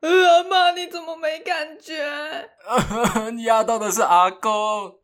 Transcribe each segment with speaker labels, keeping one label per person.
Speaker 1: 呃，阿妈你怎么没感觉？
Speaker 2: 你压到的是阿公。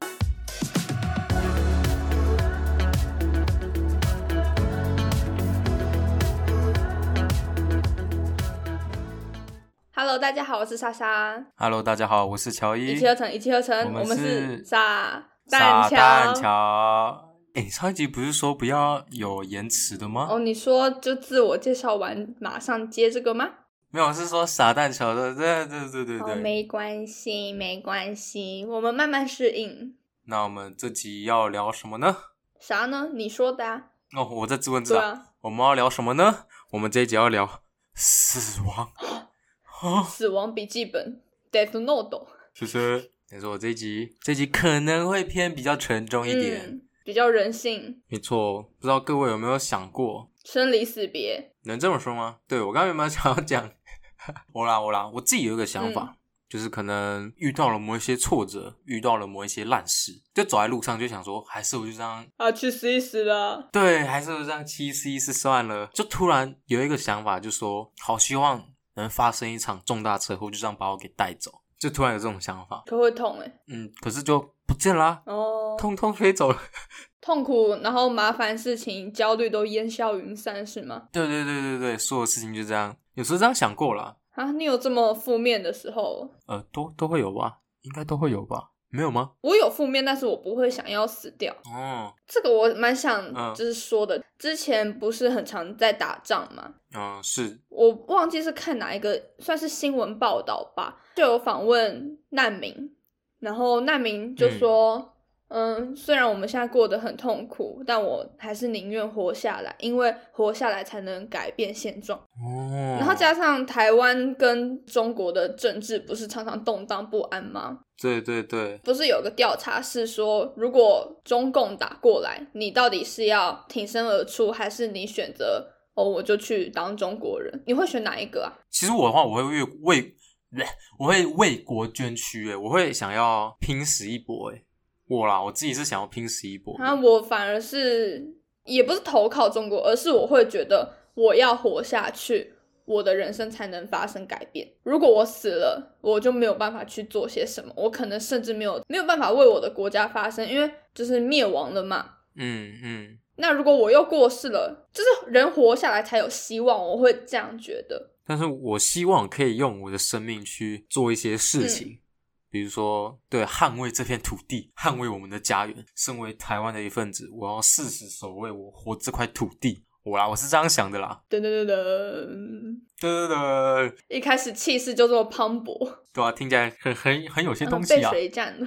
Speaker 1: Hello，大家好，我是莎莎，
Speaker 2: Hello，大家好，我是乔
Speaker 1: 一
Speaker 2: 伊
Speaker 1: 气，呵成，一气呵成，
Speaker 2: 我
Speaker 1: 我
Speaker 2: 们
Speaker 1: 们
Speaker 2: 是
Speaker 1: 是傻
Speaker 2: 傻
Speaker 1: 乔。
Speaker 2: 蛋乔。哎、你上一集不是说不要有延迟的吗？
Speaker 1: 哦，你说就自我介绍完马上接这个吗？
Speaker 2: 没有，我是说傻蛋乔的，对对对对
Speaker 1: 哦，
Speaker 2: 对。
Speaker 1: 没关系，没关系，我们慢慢适应。
Speaker 2: 那我们这集要聊什么呢？
Speaker 1: 啥呢？你说的啊？
Speaker 2: 哦，我在自问自
Speaker 1: 对
Speaker 2: 答。
Speaker 1: 啊，
Speaker 2: 我们要聊什么呢？我们这一集要聊死亡。
Speaker 1: 《啊死亡笔记本》Death Note
Speaker 2: 其实，你说我这一集，这集可能会偏比较沉重一点。
Speaker 1: 嗯，比较人性，
Speaker 2: 没错，不知道各位有没有想过，
Speaker 1: 生离死别。
Speaker 2: 能这么说吗？对我刚刚有没有想要讲？我啦我啦，我自己有一个想法，就是可能遇到了某一些挫折，遇到了某一些烂事，就走在路上就想说，还是我就这样，
Speaker 1: 啊，去死一死啦！
Speaker 2: 对，还是我就这样七十一次算了。就突然有一个想法，就说好希望能发生一场重大车祸，就这样把我给带走。就突然有这种想法，
Speaker 1: 可会痛哎、
Speaker 2: 嗯，可是就不见啦、
Speaker 1: 哦，
Speaker 2: 通通飞走了。
Speaker 1: 痛苦，然后麻烦事情、焦虑都烟消云散，是吗？
Speaker 2: 对对对对对，所有事情就这样，有时候这样想过了。
Speaker 1: 啊，你有这么负面的时候？
Speaker 2: 呃，都都会有吧，应该都会有吧，没有吗？
Speaker 1: 我有负面，但是我不会想要死掉。
Speaker 2: 哦，
Speaker 1: 这个我蛮
Speaker 2: 嗯
Speaker 1: 想就是说的，之前不是很常在打仗吗？
Speaker 2: 嗯、是，
Speaker 1: 我忘记是看哪一个，算是新闻报道吧，就有访问难民，然后难民就说，嗯，虽然我们现在过得很痛苦，但我还是宁愿活下来，因为活下来才能改变现状。
Speaker 2: 哦，
Speaker 1: 然后加上台湾跟中国的政治不是常常动荡不安吗？
Speaker 2: 对对对，
Speaker 1: 不是有个调查是说，如果中共打过来，你到底是要挺身而出，还是你选择哦我就去当中国人？你会选哪一个啊？
Speaker 2: 其实我的话，我会为为，我会为国捐躯，诶，我会想要拼死一搏，诶，我啦，我自己是想要拼死一搏，
Speaker 1: 啊，我反而是也不是投靠中国，而是我会觉得我要活下去，我的人生才能发生改变。如果我死了，我就没有办法去做些什么，我可能甚至没有没有办法为我的国家发声，因为就是灭亡了嘛。
Speaker 2: 嗯嗯，
Speaker 1: 那如果我又过世了，就是人活下来才有希望，我会这样觉得。
Speaker 2: 但是我希望可以用我的生命去做一些事
Speaker 1: 嗯
Speaker 2: 情，比如说对捍卫这片土地，捍卫我们的家园。身为台湾的一份子，我要誓死守卫我活这块土地。我啦，我是这样想的啦。
Speaker 1: 噔噔噔噔，
Speaker 2: 对对对，
Speaker 1: 一开始气势就这么磅礴，
Speaker 2: 对啊，听起来很很很有些东
Speaker 1: 背
Speaker 2: 西啊。
Speaker 1: 嗯水一战了。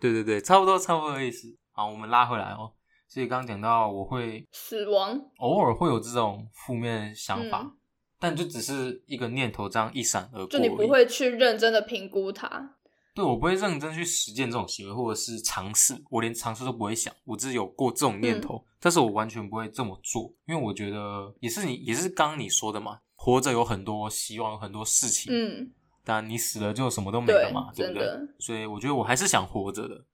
Speaker 2: 对对对，差不多差不多的意思。好，我们拉回来哦。所以刚刚讲到，我会
Speaker 1: 死亡，
Speaker 2: 偶尔会有这种负面想法，
Speaker 1: 嗯
Speaker 2: 但就只是一个念头这样一闪而过而已。
Speaker 1: 就你不会去认真的评估它，
Speaker 2: 对，我不会认真去实践这种行为，或者是尝试，我连尝试都不会想。我只有过这种
Speaker 1: 嗯
Speaker 2: 念头，但是我完全不会这么做，因为我觉得也是你，也是刚刚你说的嘛，活着有很多希望，有很多事情，
Speaker 1: 嗯，
Speaker 2: 但你死了就什么都没了嘛，对
Speaker 1: 真
Speaker 2: 不对？
Speaker 1: 的
Speaker 2: 所以我觉得我还是想活着的，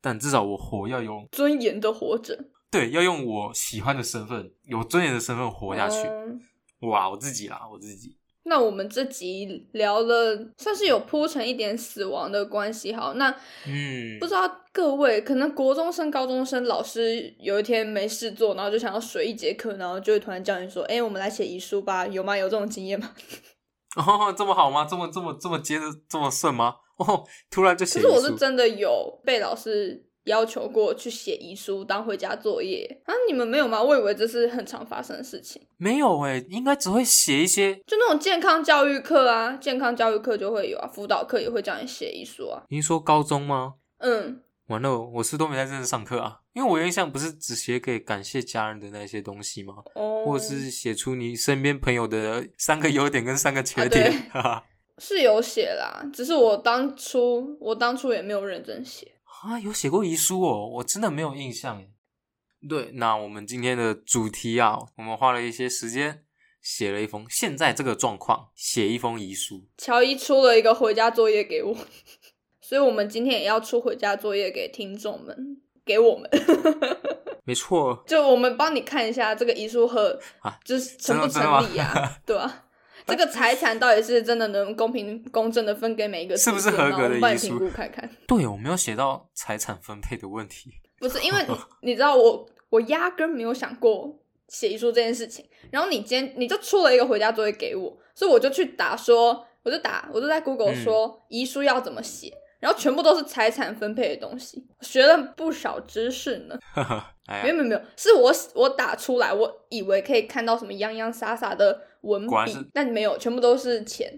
Speaker 2: 但至少我活要用
Speaker 1: 尊严的活着
Speaker 2: 对，要用我喜欢的身份，有尊严的身份活下去。
Speaker 1: 嗯
Speaker 2: 哇，我自己啦，我自己。
Speaker 1: 那我们这集聊了，算是有铺成一点死亡的关系。好，那
Speaker 2: 嗯
Speaker 1: 不，知道各位，可能国中生、高中生老师有一天没事做，然后就想要水一节课，然后就会突然叫你说：“哎、我们来写遗书吧。”有吗？有这种经验吗？
Speaker 2: 哦，这么好吗？这么这么这么接着这么顺吗？ 哦，突然就写
Speaker 1: 可
Speaker 2: 遗
Speaker 1: 是
Speaker 2: 书。
Speaker 1: 我是真的有被老师要求过去写遗书当回家作业啊！你们没有吗？我以为这是很常发生的事情，
Speaker 2: 没有诶、应该只会写一些。
Speaker 1: 就那种健康教育课啊，健康教育课就会有啊，辅导课也会叫你写遗书啊。
Speaker 2: 您说高中吗？
Speaker 1: 嗯，
Speaker 2: 完了，我是都没在认真上课啊，因为我印象不是只写给感谢家人的那些东西吗？
Speaker 1: 哦，
Speaker 2: 或者是写出你身边朋友的三个优点跟三个缺点，
Speaker 1: 啊
Speaker 2: 哈哈。
Speaker 1: 是有写啦，只是我当初我当初也没有认真写。
Speaker 2: 啊，有写过遗书哦，我真的没有印象耶。对，那我们今天的主题啊，我们花了一些时间写了一封，现在这个状况写一封遗书。
Speaker 1: 乔伊出了一个回家作业给我， 所以我们今天也要出回家作业给听众们，给我们，
Speaker 2: 没错，
Speaker 1: 就我们帮你看一下这个遗书和
Speaker 2: 啊
Speaker 1: 就是成不
Speaker 2: 真的真的吗
Speaker 1: 成立啊，对吧、这个财产到底是真的能公平公正的分给每一个子
Speaker 2: 是不是
Speaker 1: 孙
Speaker 2: 合
Speaker 1: 吗我
Speaker 2: 格的
Speaker 1: 们帮
Speaker 2: 遗
Speaker 1: 你评
Speaker 2: 书
Speaker 1: 估看看。
Speaker 2: 对，我没有写到财产分配的问题。
Speaker 1: 不是因为你，你 知道我，我压根没有想过写遗书这件事情。然后你今天你就出了一个回家作业给我，所以我就去打说，我就打，我就在 Google
Speaker 2: 嗯
Speaker 1: 说遗书要怎么写，然后全部都是财产分配的东西，学了不少知识呢。
Speaker 2: 哎
Speaker 1: 没有
Speaker 2: 呀，
Speaker 1: 没有没有，是我我打出来，我以为可以看到什么洋洋洒洒的文
Speaker 2: 果然
Speaker 1: 笔
Speaker 2: 是，
Speaker 1: 但没有，全部都是钱。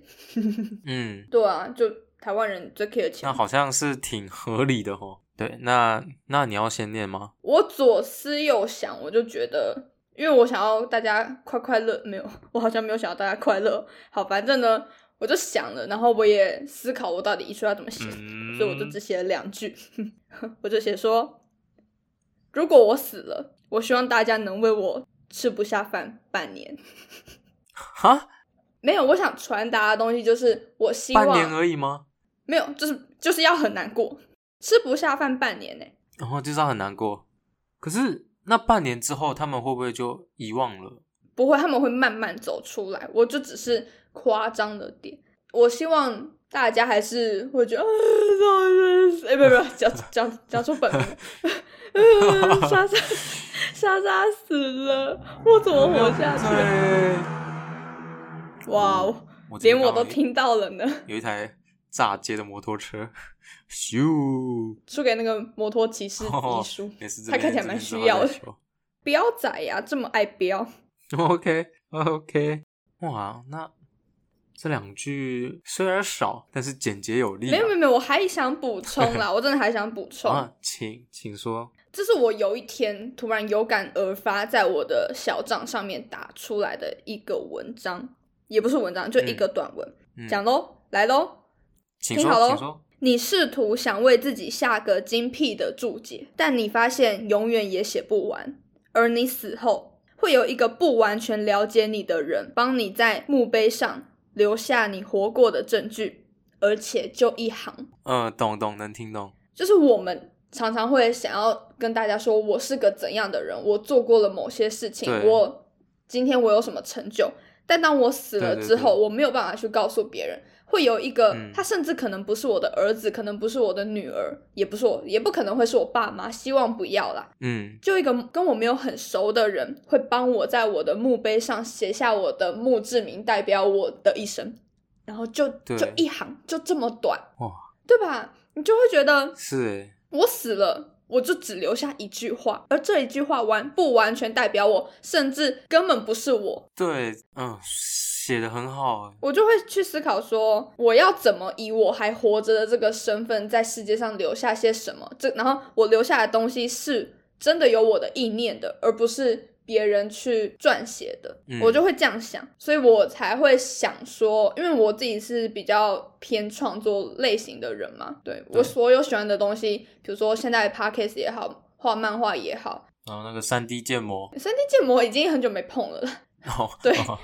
Speaker 2: 嗯，
Speaker 1: 对啊，就台湾人最 care 钱
Speaker 2: 那。好像是挺合理的哦。对，那那你要先念吗？
Speaker 1: 我左思右想，我就觉得，因为我想要大家快快乐，没有，我好像没有想要大家快乐。好，反正呢，我就想了，然后我也思考我到底遗书要怎么写，
Speaker 2: 嗯
Speaker 1: 所以我就只写了两句， 我就写说，如果我死了，我希望大家能为我吃不下饭半年。
Speaker 2: 哈，
Speaker 1: 没有，我想传达的东西就是我希望
Speaker 2: 半年而已吗？
Speaker 1: 没有，就是就是要很难过，吃不下饭半年欸呢、
Speaker 2: 然后哦就是很难过。可是那半年之后，他们会不会就遗忘了？
Speaker 1: 不会，他们会慢慢走出来。我就只是夸张了点，我希望大家还是会觉得，哎、不不不，讲讲讲出本名， 呃莎莎莎莎死了，我怎么活下去？
Speaker 2: 对，
Speaker 1: 哇，哦，
Speaker 2: 嗯我这边
Speaker 1: 连我
Speaker 2: 刚
Speaker 1: 都
Speaker 2: 好
Speaker 1: 听到了呢，
Speaker 2: 有一台炸街的摩托车，咻，哦
Speaker 1: 输给那个摩托骑士遗书，
Speaker 2: 也是这
Speaker 1: 他看
Speaker 2: 边
Speaker 1: 起来蛮需要。
Speaker 2: 这边正好
Speaker 1: 的
Speaker 2: 在。修
Speaker 1: 彪仔呀、这么爱彪，
Speaker 2: 哦 OK OK，哇，那这两句虽然少，但是简洁有力、啊。
Speaker 1: 没有没有没有，我还想补充 啦，我真的还想补充，
Speaker 2: 啊，请请说。
Speaker 1: 这是我有一天突然有感而发，在我的小账上面打出来的一个文章，也不是文章，就一个短文，
Speaker 2: 嗯
Speaker 1: 讲喽，来喽。
Speaker 2: 请
Speaker 1: 听好
Speaker 2: 说，
Speaker 1: 咯
Speaker 2: 请说。
Speaker 1: 你试图想为自己下个精辟的注解，但你发现永远也写不完。而你死后，会有一个不完全了解你的人帮你在墓碑上留下你活过的证据，而且就一行。
Speaker 2: 嗯，懂懂，能听懂。
Speaker 1: 就是我们常常会想要跟大家说，我是个怎样的人，我做过了某些事情，
Speaker 2: 对
Speaker 1: 我今天我有什么成就。但当我死了
Speaker 2: 对对
Speaker 1: 之后，
Speaker 2: 对
Speaker 1: 我没有办法去告诉别人，会有一个、
Speaker 2: 嗯
Speaker 1: 他甚至可能不是我的儿子，可能不是我的女儿，也不是我，也不可能会是我爸妈，希望不要啦。
Speaker 2: 嗯，
Speaker 1: 就一个跟我没有很熟的人，会帮我在我的墓碑上写下我的墓志铭，代表我的一生，然后就
Speaker 2: 对
Speaker 1: 就一行，就这么短，
Speaker 2: 哇，
Speaker 1: 对吧？你就会觉得
Speaker 2: 是诶，
Speaker 1: 我死了，我就只留下一句话，而这一句话完不完全代表我，甚至根本不是我，
Speaker 2: 对，嗯，写的很好。啊
Speaker 1: 我就会去思考说，我要怎么以我还活着的这个身份，在世界上留下些什么？这然后我留下的东西是真的有我的意念的，而不是别人去撰写的。
Speaker 2: 嗯
Speaker 1: 我就会这样想，所以我才会想说，因为我自己是比较偏创作类型的人嘛，对我
Speaker 2: 对
Speaker 1: 所有喜欢的东西，比如说现在的 podcast 也好，画漫画也好，
Speaker 2: 然后那个三 D 建模，
Speaker 1: 三 D 建模已经很久没碰了啦，
Speaker 2: 哦，
Speaker 1: 对
Speaker 2: 哦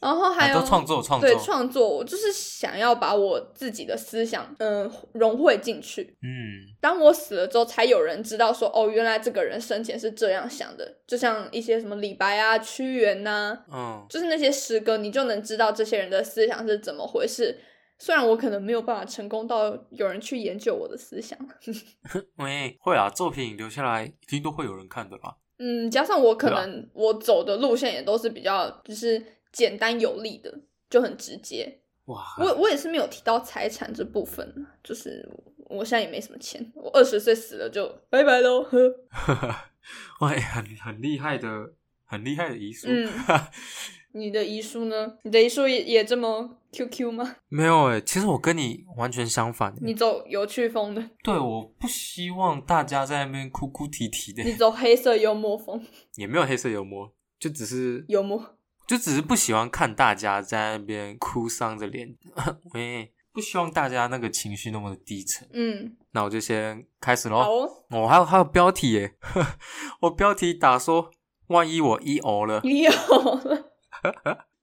Speaker 1: 然后还
Speaker 2: 啊
Speaker 1: 有、
Speaker 2: 都创作创作
Speaker 1: 对，创作，我就是想要把我自己的思想，嗯、融汇进去。
Speaker 2: 嗯，
Speaker 1: 当我死了之后，才有人知道说，哦，原来这个人生前是这样想的。就像一些什么李白啊、屈原呐、
Speaker 2: 嗯，
Speaker 1: 就是那些诗歌，你就能知道这些人的思想是怎么回事。虽然我可能没有办法成功到有人去研究我的思想，
Speaker 2: 喂，会啊，作品留下来一定都会有人看的啦。
Speaker 1: 嗯，加上我可
Speaker 2: 对啊
Speaker 1: 能我走的路线也都是比较就是简单有力的，就很直接。
Speaker 2: 哇，
Speaker 1: 我我也是没有提到财产这部分啊，就是我现在也没什么钱，我二十岁死了就拜拜喽。呵，
Speaker 2: 喂，很很厉害的，很厉害的遗书。
Speaker 1: 嗯 你的遗书呢？你的遗书也也这么 QQ 吗？
Speaker 2: 没有诶，其实我跟你完全相反。欸
Speaker 1: 你走有趣风的，
Speaker 2: 对，我不希望大家在那边哭哭啼啼的，
Speaker 1: 你走黑色幽默风，
Speaker 2: 也没有黑色幽默，就只是
Speaker 1: 幽默。
Speaker 2: 就只是不喜欢看大家在那边哭丧着脸， 喂，不希望大家那个情绪那么的低沉。
Speaker 1: 嗯，
Speaker 2: 那我就先开始
Speaker 1: 好
Speaker 2: 喽。
Speaker 1: 哦，
Speaker 2: 我、还有还有标题耶， 我标题打说，万一我一哦了，
Speaker 1: 你有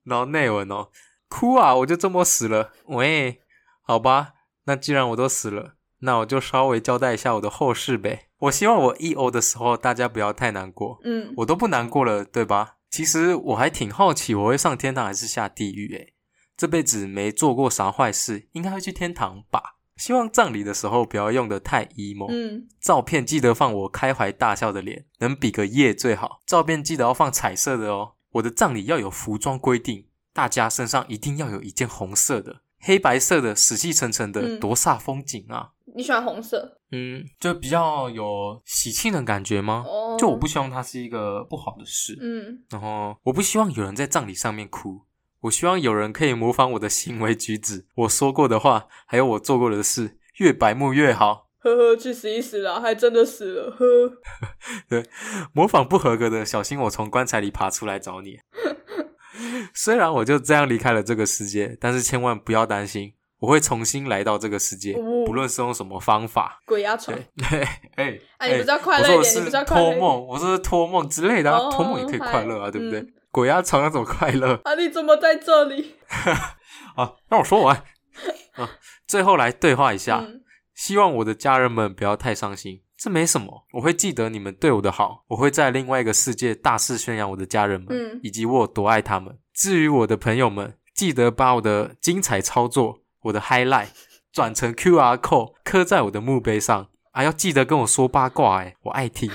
Speaker 2: 然后内文哦，哭啊，我就这么死了。喂，好吧，那既然我都死了，那我就稍微交代一下我的后事呗。我希望我 E O 的时候大家不要太难过，
Speaker 1: 嗯，
Speaker 2: 我都不难过了，对吧？其实我还挺好奇我会上天堂还是下地狱诶、欸这辈子没做过啥坏事，应该会去天堂吧？希望葬礼的时候不要用的太 emo。
Speaker 1: 嗯，
Speaker 2: 照片记得放我开怀大笑的脸，能比个耶最好。照片记得要放彩色的哦。我的葬礼要有服装规定，大家身上一定要有一件红色的，黑白色的，死气沉沉的，
Speaker 1: 嗯
Speaker 2: 多煞风景啊！
Speaker 1: 你喜欢红色
Speaker 2: 嗯，就比较有喜庆的感觉吗？
Speaker 1: 哦？
Speaker 2: 就我不希望它是一个不好的事，
Speaker 1: 嗯
Speaker 2: 然后我不希望有人在葬礼上面哭，我希望有人可以模仿我的行为举止，我说过的话，还有我做过的事，越白目越好。
Speaker 1: 呵呵，去死一死啦，还真的死了，呵。
Speaker 2: 模仿不合格的，小心我从棺材里爬出来找你。 虽然我就这样离开了这个世界，但是千万不要担心，我会重新来到这个世界，
Speaker 1: 哦
Speaker 2: 不论是用什么方法。
Speaker 1: 鬼压床
Speaker 2: 对，哎，
Speaker 1: 哎，你不
Speaker 2: 哎
Speaker 1: 是要快
Speaker 2: 我
Speaker 1: 乐一
Speaker 2: 说的
Speaker 1: 点，你不是
Speaker 2: 是
Speaker 1: 要快乐
Speaker 2: 托
Speaker 1: 一点？
Speaker 2: 梦，我说是托梦之类的、啊，
Speaker 1: 哦
Speaker 2: 托梦也可以
Speaker 1: 嗨
Speaker 2: 快乐啊，对不对？
Speaker 1: 嗯
Speaker 2: 鬼压床要怎么快乐
Speaker 1: 啊，你怎么在这里？
Speaker 2: 啊？让我说完啊，最后来对啊话一下。
Speaker 1: 嗯
Speaker 2: 希望我的家人们不要太伤心，这没什么，我会记得你们对我的好，我会在另外一个世界大肆宣扬我的家人们，
Speaker 1: 嗯
Speaker 2: 以及我有多爱他们。至于我的朋友们，记得把我的精彩操作、我的 highlight 转成 QR code 刻在我的墓碑上，啊，要记得跟我说八卦、欸，我爱听。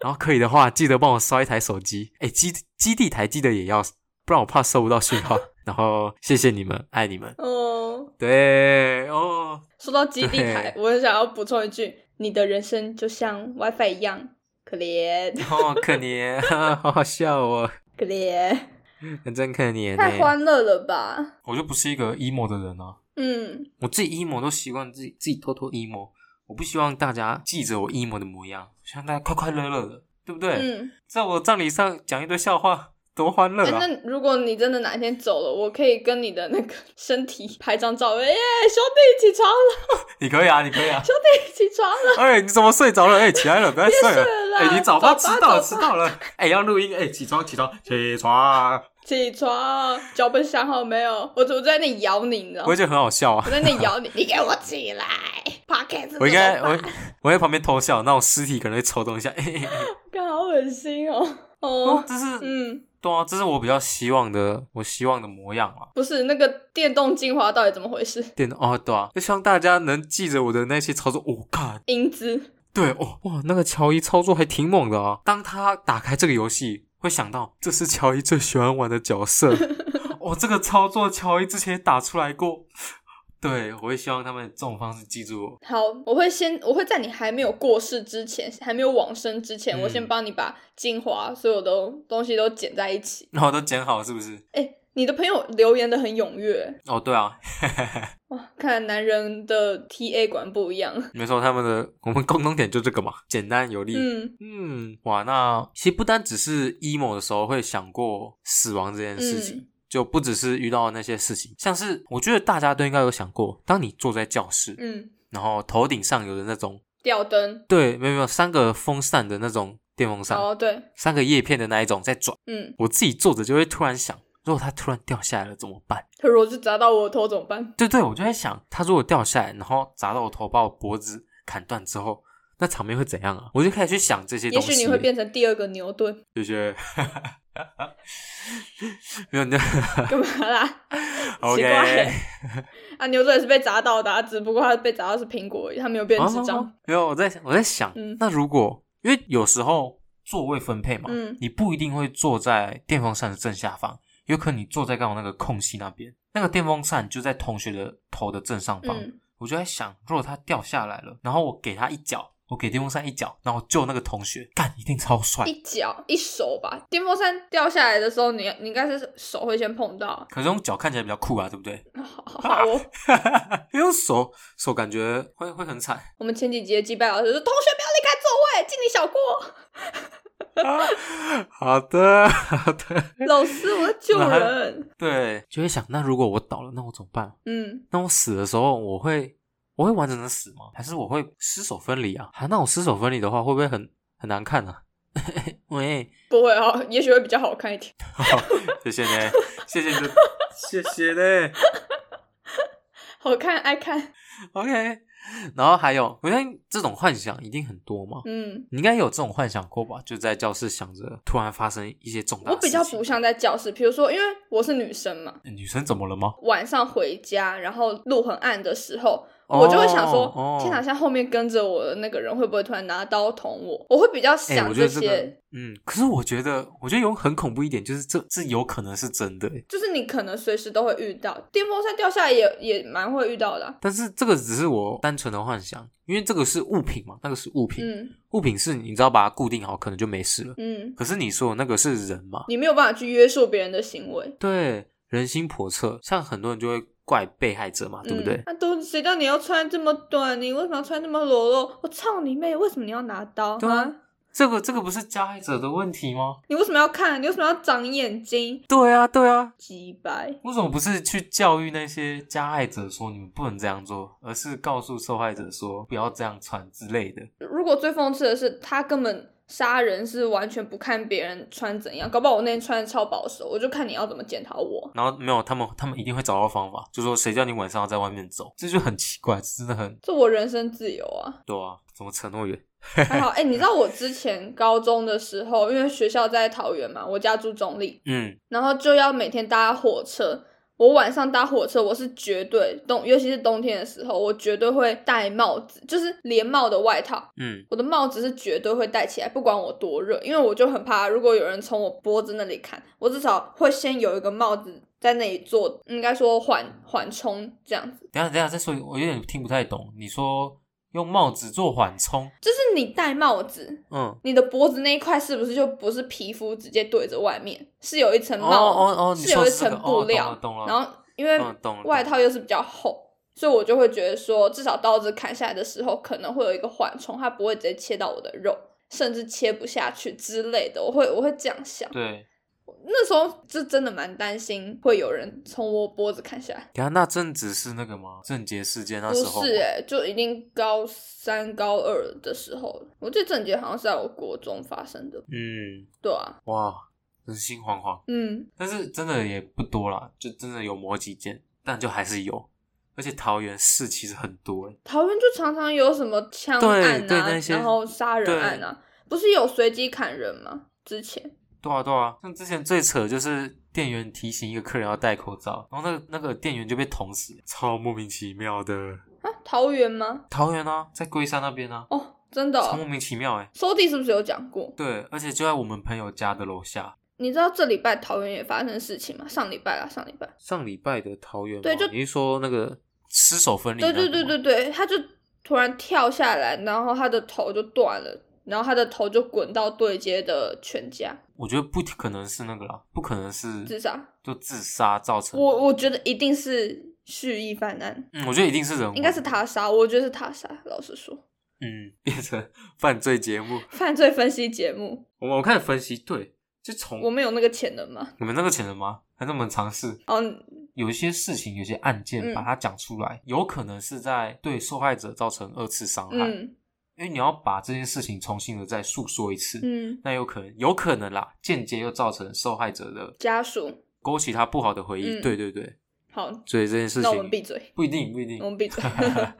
Speaker 2: 然后可以的话，记得帮我烧一台手机，哎、基基地台记得也要，不然我怕收不到讯号。然后谢谢你们，爱你们。
Speaker 1: 哦，
Speaker 2: 对哦，
Speaker 1: 说到基地台，
Speaker 2: 对
Speaker 1: 我很想要补充一句：你的人生就像 WiFi 一样可怜，
Speaker 2: 哦，可怜， 好好笑哦，
Speaker 1: 可怜，
Speaker 2: 真可怜。欸
Speaker 1: 太欢乐了吧？
Speaker 2: 我就不是一个 emo 的人啊，
Speaker 1: 嗯，
Speaker 2: 我自己 emo 都习惯自己自己偷偷 emo，我不希望大家记着我 emo 的模样，我希望大家快快乐乐的，对不对？
Speaker 1: 嗯，
Speaker 2: 在我葬礼上讲一堆笑话，多欢乐
Speaker 1: 哎、
Speaker 2: 啊！
Speaker 1: 那如果你真的哪一天走了，我可以跟你的那个 身体拍张照，哎、兄弟起床了，
Speaker 2: 你可以啊，你可 以啊。
Speaker 1: 起床了，
Speaker 2: 哎、你怎么睡着了？哎、起来了，不要 睡了。
Speaker 1: 对了，
Speaker 2: 哎、你早八迟
Speaker 1: 早
Speaker 2: 到
Speaker 1: 八
Speaker 2: 了，迟到了。哎、要录音，哎、起床，起床，起床。
Speaker 1: 起床，脚本想好没有？我我在那里咬你，你知道
Speaker 2: 我
Speaker 1: 吗？
Speaker 2: 觉得很好笑啊
Speaker 1: 我。在那里咬你，你给我起来 p o c a s t
Speaker 2: 我 应该，我 我在旁边偷笑，那种尸体可能会抽动一下。 哎、哎哎
Speaker 1: 干好恶心哦，
Speaker 2: 哦
Speaker 1: 哦，，
Speaker 2: 这是
Speaker 1: 嗯，
Speaker 2: 对啊，这是我比较希望的，我希望的模样啊。
Speaker 1: 不是那个电动精华到底怎么回事？
Speaker 2: 电哦，对啊，就希望大家能记着我的那些操作。我、哦、看，
Speaker 1: 英姿，
Speaker 2: 对哦，哇，那个乔伊操作还挺猛的啊。当他打开这个游戏，会想到这是乔伊最喜欢玩的角色。哦，这个操作乔伊之前也打出来过。对，我会希望他们这种方式记住我。
Speaker 1: 好，我会先，我会在你还没有过世之前，还没有往生之前，
Speaker 2: 嗯
Speaker 1: 我先帮你把精华所有的东西都剪在一起。
Speaker 2: 然后都剪好是不是？
Speaker 1: 哎，你的朋友留言的很踊跃，
Speaker 2: 哦，对啊，
Speaker 1: 哇，看来男人的 TA 管不一样。
Speaker 2: 没错，他们的我们共同点就这个嘛，简单有力。
Speaker 1: 嗯
Speaker 2: 嗯，哇，那其实不单只是 emo 的时候会想过死亡这件事情，
Speaker 1: 嗯
Speaker 2: 就不只是遇到那些事情，像是我觉得大家都应该有想过，当你坐在教室，
Speaker 1: 嗯，
Speaker 2: 然后头顶上有的那种，
Speaker 1: 吊灯，
Speaker 2: 对，没有没有三个风扇的那种电风扇，
Speaker 1: 哦对，
Speaker 2: 三个叶片的那一种在转，
Speaker 1: 嗯，
Speaker 2: 我自己坐着就会突然想，如果它突然掉下来了怎么办？
Speaker 1: 他如果是砸到我的头怎么办？
Speaker 2: 对对，我就在想，它如果掉下来，然后砸到我头，把我脖子砍断之后。那场面会怎样啊？我就开始去想这些
Speaker 1: 也
Speaker 2: 东西。
Speaker 1: 许你会变成第二个牛 顿，
Speaker 2: 谢谢。没有你
Speaker 1: 干嘛 啦？奇
Speaker 2: ，OK，
Speaker 1: 怪 啊，牛顿也是被砸到的、啊，只不过他被砸到是苹果而已，他没有变智障。
Speaker 2: 哦没有，我在我在想
Speaker 1: 嗯，
Speaker 2: 那如果因为有时候座位分配嘛，
Speaker 1: 嗯
Speaker 2: 你不一定会坐在电风扇的正下方，有可能你坐在刚好那个空隙那边，那个电风扇就在同学的头的正上方。
Speaker 1: 嗯，
Speaker 2: 我就在想，如果它掉下来了，然后我给他一脚，我给电风扇一脚，然后我救那个同学，干一定超帅。
Speaker 1: 一脚一手吧，电风扇掉下来的时候，你你应该是手会先碰到啊。
Speaker 2: 可是用脚看起来比较酷啊，对不对？
Speaker 1: 好好好哦，
Speaker 2: 因为用手手感觉会会很惨。
Speaker 1: 我们前几集的击败老师说，同学不要离开座位，敬你小过。
Speaker 2: 好的，好的，
Speaker 1: 老师，我在救人。
Speaker 2: 对，就会想，那如果我倒了，那我怎么办？
Speaker 1: 嗯，
Speaker 2: 那我死的时候，我会我会完整的死吗？还是我会尸首分离啊？啊，那我尸首分离的话，会不会很很难看呢、 啊？喂，
Speaker 1: 不会哦，也许会比较好看一点。
Speaker 2: 谢谢呢，谢 谢你的，谢谢呢。
Speaker 1: 好看爱看，
Speaker 2: OK，然后还有，我相信这种幻想一定很多嘛，
Speaker 1: 嗯，
Speaker 2: 你应该有这种幻想过吧？就在教室想着突然发生一些重大
Speaker 1: 我
Speaker 2: 的
Speaker 1: 比
Speaker 2: 事情，
Speaker 1: 较不像在教室，比如说，因为我是女生嘛，
Speaker 2: 女生怎么了吗？
Speaker 1: 晚上回家，然后路很暗的时候，
Speaker 2: 哦
Speaker 1: 我就会想说，
Speaker 2: 哦
Speaker 1: 天哪，像后面跟着我的那个人会不会突然拿刀捅我？我会比较
Speaker 2: 哎、
Speaker 1: 想
Speaker 2: 我觉得这
Speaker 1: 些，
Speaker 2: 个，嗯，可是我觉得，我觉得有很恐怖一点，就是这这有可能是真的、欸，
Speaker 1: 就是你可能随时都会遇到，电风扇掉下来也也蛮会遇到的啊、
Speaker 2: 但是这个只是我单纯的幻想，因为这个是物品嘛，那个是物品，
Speaker 1: 嗯
Speaker 2: 物品是你只要把它固定好，可能就没事了。
Speaker 1: 嗯，
Speaker 2: 可是你说的那个是人嘛？
Speaker 1: 你没有办法去约束别人的行为，
Speaker 2: 对，人心叵测，像很多人就会怪被害者嘛，对不对？
Speaker 1: 嗯那、都谁叫你要穿这么短？你为什么要穿这么裸露？我操你妹！为什么你要拿刀？
Speaker 2: 对啊
Speaker 1: 哈
Speaker 2: 这个这个不是加害者的问题吗？
Speaker 1: 你为什么要看？你为什么要长眼睛？
Speaker 2: 对啊，对啊，
Speaker 1: 鸡掰！
Speaker 2: 为什么不是去教育那些加害者说你们不能这样做，而是告诉受害者说不要这样穿之类的？
Speaker 1: 如果最讽刺的是，他根本杀人是完全不看别人穿怎样，搞不好我那天穿的超保守，我就看你要怎么检讨我。
Speaker 2: 然后没有，他们他们一定会找到方法，就说谁叫你晚上要在外面走，这就很奇怪，真的很，
Speaker 1: 这我人身自由啊
Speaker 2: 对啊，怎么扯那么远？
Speaker 1: 还好哎、你知道我之前高中的时候，因为学校在桃园嘛，我家住中立，
Speaker 2: 嗯，
Speaker 1: 然后就要每天搭火车。我晚上搭火车，我是绝对冬，尤其是冬天的时候，我绝对会戴帽子，就是连帽的外套。
Speaker 2: 嗯，
Speaker 1: 我的帽子是绝对会戴起来，不管我多热，因为我就很怕，如果有人从我脖子那里看，我至少会先有一个帽子在那里做，应该说缓缓冲这样子。
Speaker 2: 等一下等一下再说，我有点听不太懂。你说用帽子做缓冲，
Speaker 1: 就是你戴帽子，
Speaker 2: 嗯，
Speaker 1: 你的脖子那一块是不是就不是皮肤直接对着外面，是有一层
Speaker 2: 哦
Speaker 1: 帽子，
Speaker 2: 哦哦，你
Speaker 1: 是有
Speaker 2: 说
Speaker 1: 一
Speaker 2: 是这个
Speaker 1: 层布料，
Speaker 2: 哦、懂了懂了，
Speaker 1: 然后因为
Speaker 2: 嗯懂了
Speaker 1: 外套又是比较厚，所以我就会觉得说，至少刀子砍下来的时候可能会有一个缓冲，它不会直接切到我的肉，甚至切不下去之类的。我会我会这样想，
Speaker 2: 对，
Speaker 1: 那时候是真的蛮担心会有人从我脖子砍下来。
Speaker 2: 等一下那正值是那个吗？正节事件那
Speaker 1: 不
Speaker 2: 时候吗，
Speaker 1: 是哎、就已经高三、高二的时候了。我记得郑杰好像是在我国中发生的，
Speaker 2: 嗯，
Speaker 1: 对啊，
Speaker 2: 哇，人心惶惶。
Speaker 1: 嗯，
Speaker 2: 但是真的也不多啦，就真的有某几件，但就还是有。而且桃园市其实很多欸，
Speaker 1: 桃园就常常有什么枪案
Speaker 2: 对对
Speaker 1: 啊
Speaker 2: 那，些
Speaker 1: 然后杀人案啊，不是有随机砍人吗？之前。
Speaker 2: 对啊对啊。像之前最扯的就是店员提醒一个客人要戴口罩，然后那个那个店员就被捅死，超莫名其妙的。
Speaker 1: 啊，桃园吗？
Speaker 2: 桃园啊，在龟山那边啊，
Speaker 1: 哦，真的
Speaker 2: 超莫
Speaker 1: 哦、
Speaker 2: 名其妙哎。
Speaker 1: 收地是不是有讲过？
Speaker 2: 对，而且就在我们朋友家的楼下。
Speaker 1: 你知道这礼拜桃园也发生事情吗？上礼拜啦，啊上礼拜。
Speaker 2: 上礼拜的桃园吗，
Speaker 1: 对就
Speaker 2: 你是说那个失手分离？
Speaker 1: 对对对对，对，他就突然跳下来，然后他的头就断了，然后他的头就滚到对接的全家
Speaker 2: 我觉得不可能是那个啦，不可能
Speaker 1: 自
Speaker 2: 是
Speaker 1: 杀。
Speaker 2: 就自杀造成的。
Speaker 1: 我我觉得一定是蓄意犯案，
Speaker 2: 嗯，我觉得一定是人为，
Speaker 1: 应该是他杀，我觉得是他杀。老实说，
Speaker 2: 嗯，变成犯罪节目。
Speaker 1: 犯罪分析节目，
Speaker 2: 我们我开始分析，对，就从
Speaker 1: 我们有那个潜能吗？
Speaker 2: 你们那个前人吗？还是我们尝试
Speaker 1: 哦，
Speaker 2: 有一些事情、有些案件，
Speaker 1: 嗯
Speaker 2: 把它讲出来，有可能是在对受害者造成二次伤害，
Speaker 1: 嗯
Speaker 2: 因为你要把这件事情重新的再诉说一次，
Speaker 1: 嗯，
Speaker 2: 那有可能，有可能啦，间接又造成受害者的
Speaker 1: 家属，
Speaker 2: 勾起他不好的回忆。
Speaker 1: 嗯
Speaker 2: 对对对，
Speaker 1: 好，
Speaker 2: 所以这件事
Speaker 1: 那我们
Speaker 2: 情
Speaker 1: 闭嘴，
Speaker 2: 不一定，不一定
Speaker 1: 我，们闭 嘴。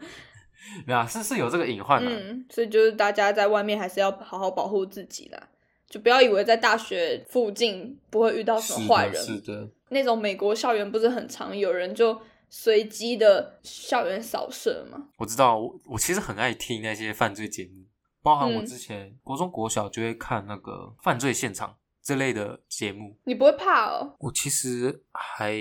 Speaker 2: 没有啊，是是有这个隐患的、
Speaker 1: 嗯，所以就是大家在外面还是要好好保护自己啦，就不要以为在大学附近不会遇到什
Speaker 2: 是
Speaker 1: 么坏
Speaker 2: 的，
Speaker 1: 人。
Speaker 2: 是的，
Speaker 1: 那种美国校园不是很常有人就随机的校园扫射吗？
Speaker 2: 我知道，我我其实很爱听那些犯罪节目，包含我
Speaker 1: 嗯
Speaker 2: 之前国中、国小就会看那个犯罪现场这类的节目。
Speaker 1: 你不会怕哦？
Speaker 2: 我其实还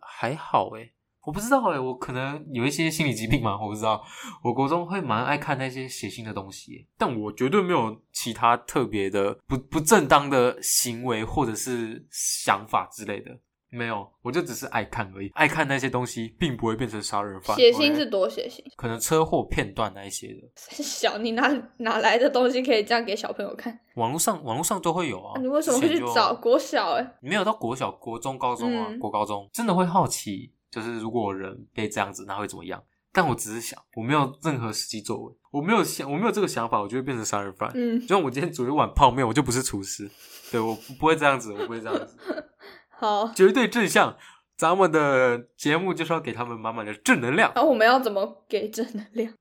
Speaker 2: 还好诶，我不知道欸诶，我可能有一些心理疾病嘛，我不知道。我国中会蛮爱看那些血腥的东西耶，但我绝对没有其他特别的不不正当的行为或者是想法之类的。没有，我就只是爱看而已。爱看那些东西，并不会变成杀人犯。
Speaker 1: 血
Speaker 2: 我也
Speaker 1: 腥是多血腥？
Speaker 2: 可能车祸片段那一些的，
Speaker 1: 小，你哪哪来的东西可以这样给小朋友看？
Speaker 2: 网络上网络上都会有啊。
Speaker 1: 你为什么会去
Speaker 2: 之前就
Speaker 1: 找？国小、欸？
Speaker 2: 没有到国小、国中、高中啊，
Speaker 1: 嗯
Speaker 2: 国高中真的会好奇，就是如果人被这样子，那会怎么样？但我只是想，我没有任何实际作为，我没有想，我没有这个想法，我就会变成杀人犯。
Speaker 1: 嗯，
Speaker 2: 就像我今天煮一碗泡面，我就 不是厨师，对我不不会这样子，我不会这样子，
Speaker 1: 好，
Speaker 2: 绝对正向，咱们的节目就是要给他们满满的正能量。
Speaker 1: 然后我们要怎么给正能量？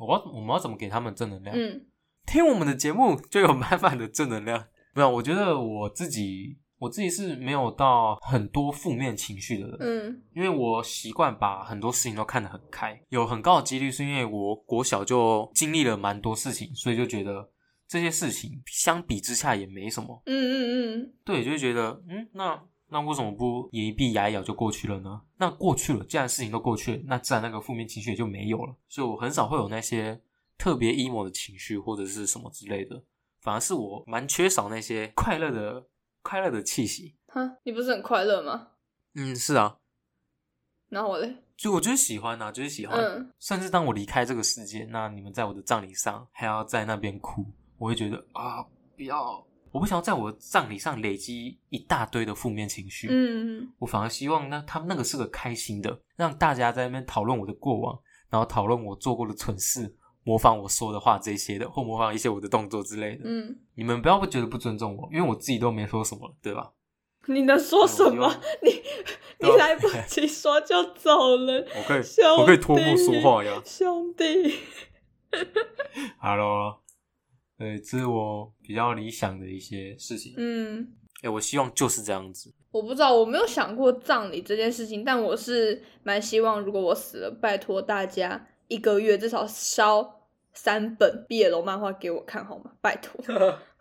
Speaker 2: 我要我们要怎么给他们正能量？
Speaker 1: 嗯
Speaker 2: 听我们的节目就有满满的正能量。 没有，我觉得我自己我自己是没有到很多负面情绪的人，
Speaker 1: 嗯
Speaker 2: 因为我习惯把很多事情都看得很开。有很高的几率是因为我国小就经历了蛮多事情，所以就觉得这些事情相比之下也没什么。
Speaker 1: 嗯嗯嗯，
Speaker 2: 对，就会觉得嗯，那那为什么不也一闭牙一咬就过去了呢？那过去了，既然事情都过去了，那自然那个负面情绪也就没有了。所以我很少会有那些特别 emo 的情绪或者是什么之类的，反而是我蛮缺少那些快乐的快乐的气息。
Speaker 1: 哈，你不是很快乐吗？
Speaker 2: 嗯，是啊，
Speaker 1: 然后我嘞，
Speaker 2: 就我就是喜欢啊，就是喜欢。
Speaker 1: 嗯
Speaker 2: 甚至当我离开这个世界，那你们在我的葬礼上还要在那边哭，我会觉得啊，不要，我不想要在我的葬礼上累积一大堆的负面情绪。
Speaker 1: 嗯
Speaker 2: 我反而希望呢，他们那个是个开心的，让大家在那边讨论我的过往，然后讨论我做过的蠢事，模仿我说的话这些的，或模仿一些我的动作之类的。
Speaker 1: 嗯，
Speaker 2: 你们不要觉得不尊重我，因为我自己都没说什么，对吧？
Speaker 1: 你能说什
Speaker 2: 我希
Speaker 1: 么
Speaker 2: 望？
Speaker 1: 你 你
Speaker 2: 对啊
Speaker 1: 来不及说就走了，
Speaker 2: 我可以
Speaker 1: 兄弟
Speaker 2: 我可以脱不说话呀。
Speaker 1: 兄弟。
Speaker 2: Hello，对，这是我比较理想的一些事情。哎、
Speaker 1: 嗯，
Speaker 2: 我希望就是这样 子。
Speaker 1: 我不知道，我没有想过葬礼这件事情，但我是蛮希望，如果我死了，拜托大家一个月至少烧三本 BL 漫画给我看好吗？拜 托，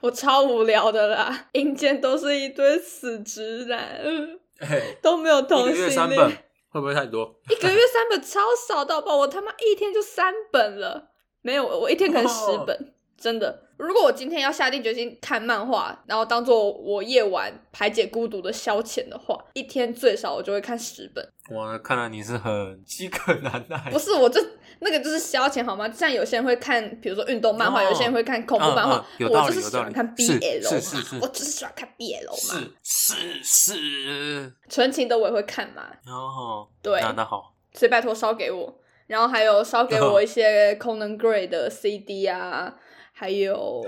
Speaker 1: 我超无聊的啦，阴间都是一堆死直男，嗯
Speaker 2: 一
Speaker 1: 都没有同
Speaker 2: 个
Speaker 1: 性
Speaker 2: 月三
Speaker 1: 恋
Speaker 2: 本。会不会太多？
Speaker 1: 一个月三本超少到爆，我他妈一天就三本了，没有，我我一天可能
Speaker 2: 哦
Speaker 1: 十本，真的。如果我今天要下定决心看漫画，然后当做我夜晚排解孤独的消遣的话，一天最少我就会看十本。
Speaker 2: 哇，看来你是很饥渴难耐
Speaker 1: 不。是，我就那个就是消遣好吗？像有些人会看，比如说运动漫画，
Speaker 2: 哦
Speaker 1: 有些人会看恐怖漫
Speaker 2: 嗯
Speaker 1: 画
Speaker 2: 嗯，有道
Speaker 1: 我
Speaker 2: 理
Speaker 1: 就是喜欢看
Speaker 2: 有道理
Speaker 1: BL 嘛，
Speaker 2: 是是是是
Speaker 1: 我就是喜欢看 BL 嘛，
Speaker 2: 是是是，
Speaker 1: 纯情的我也会看嘛，
Speaker 2: 哦，
Speaker 1: 对，
Speaker 2: 那那好，
Speaker 1: 所以拜托烧给我。然后还有烧给
Speaker 2: 嗯
Speaker 1: 我一些 Conan Gray 的 CD 啊，还有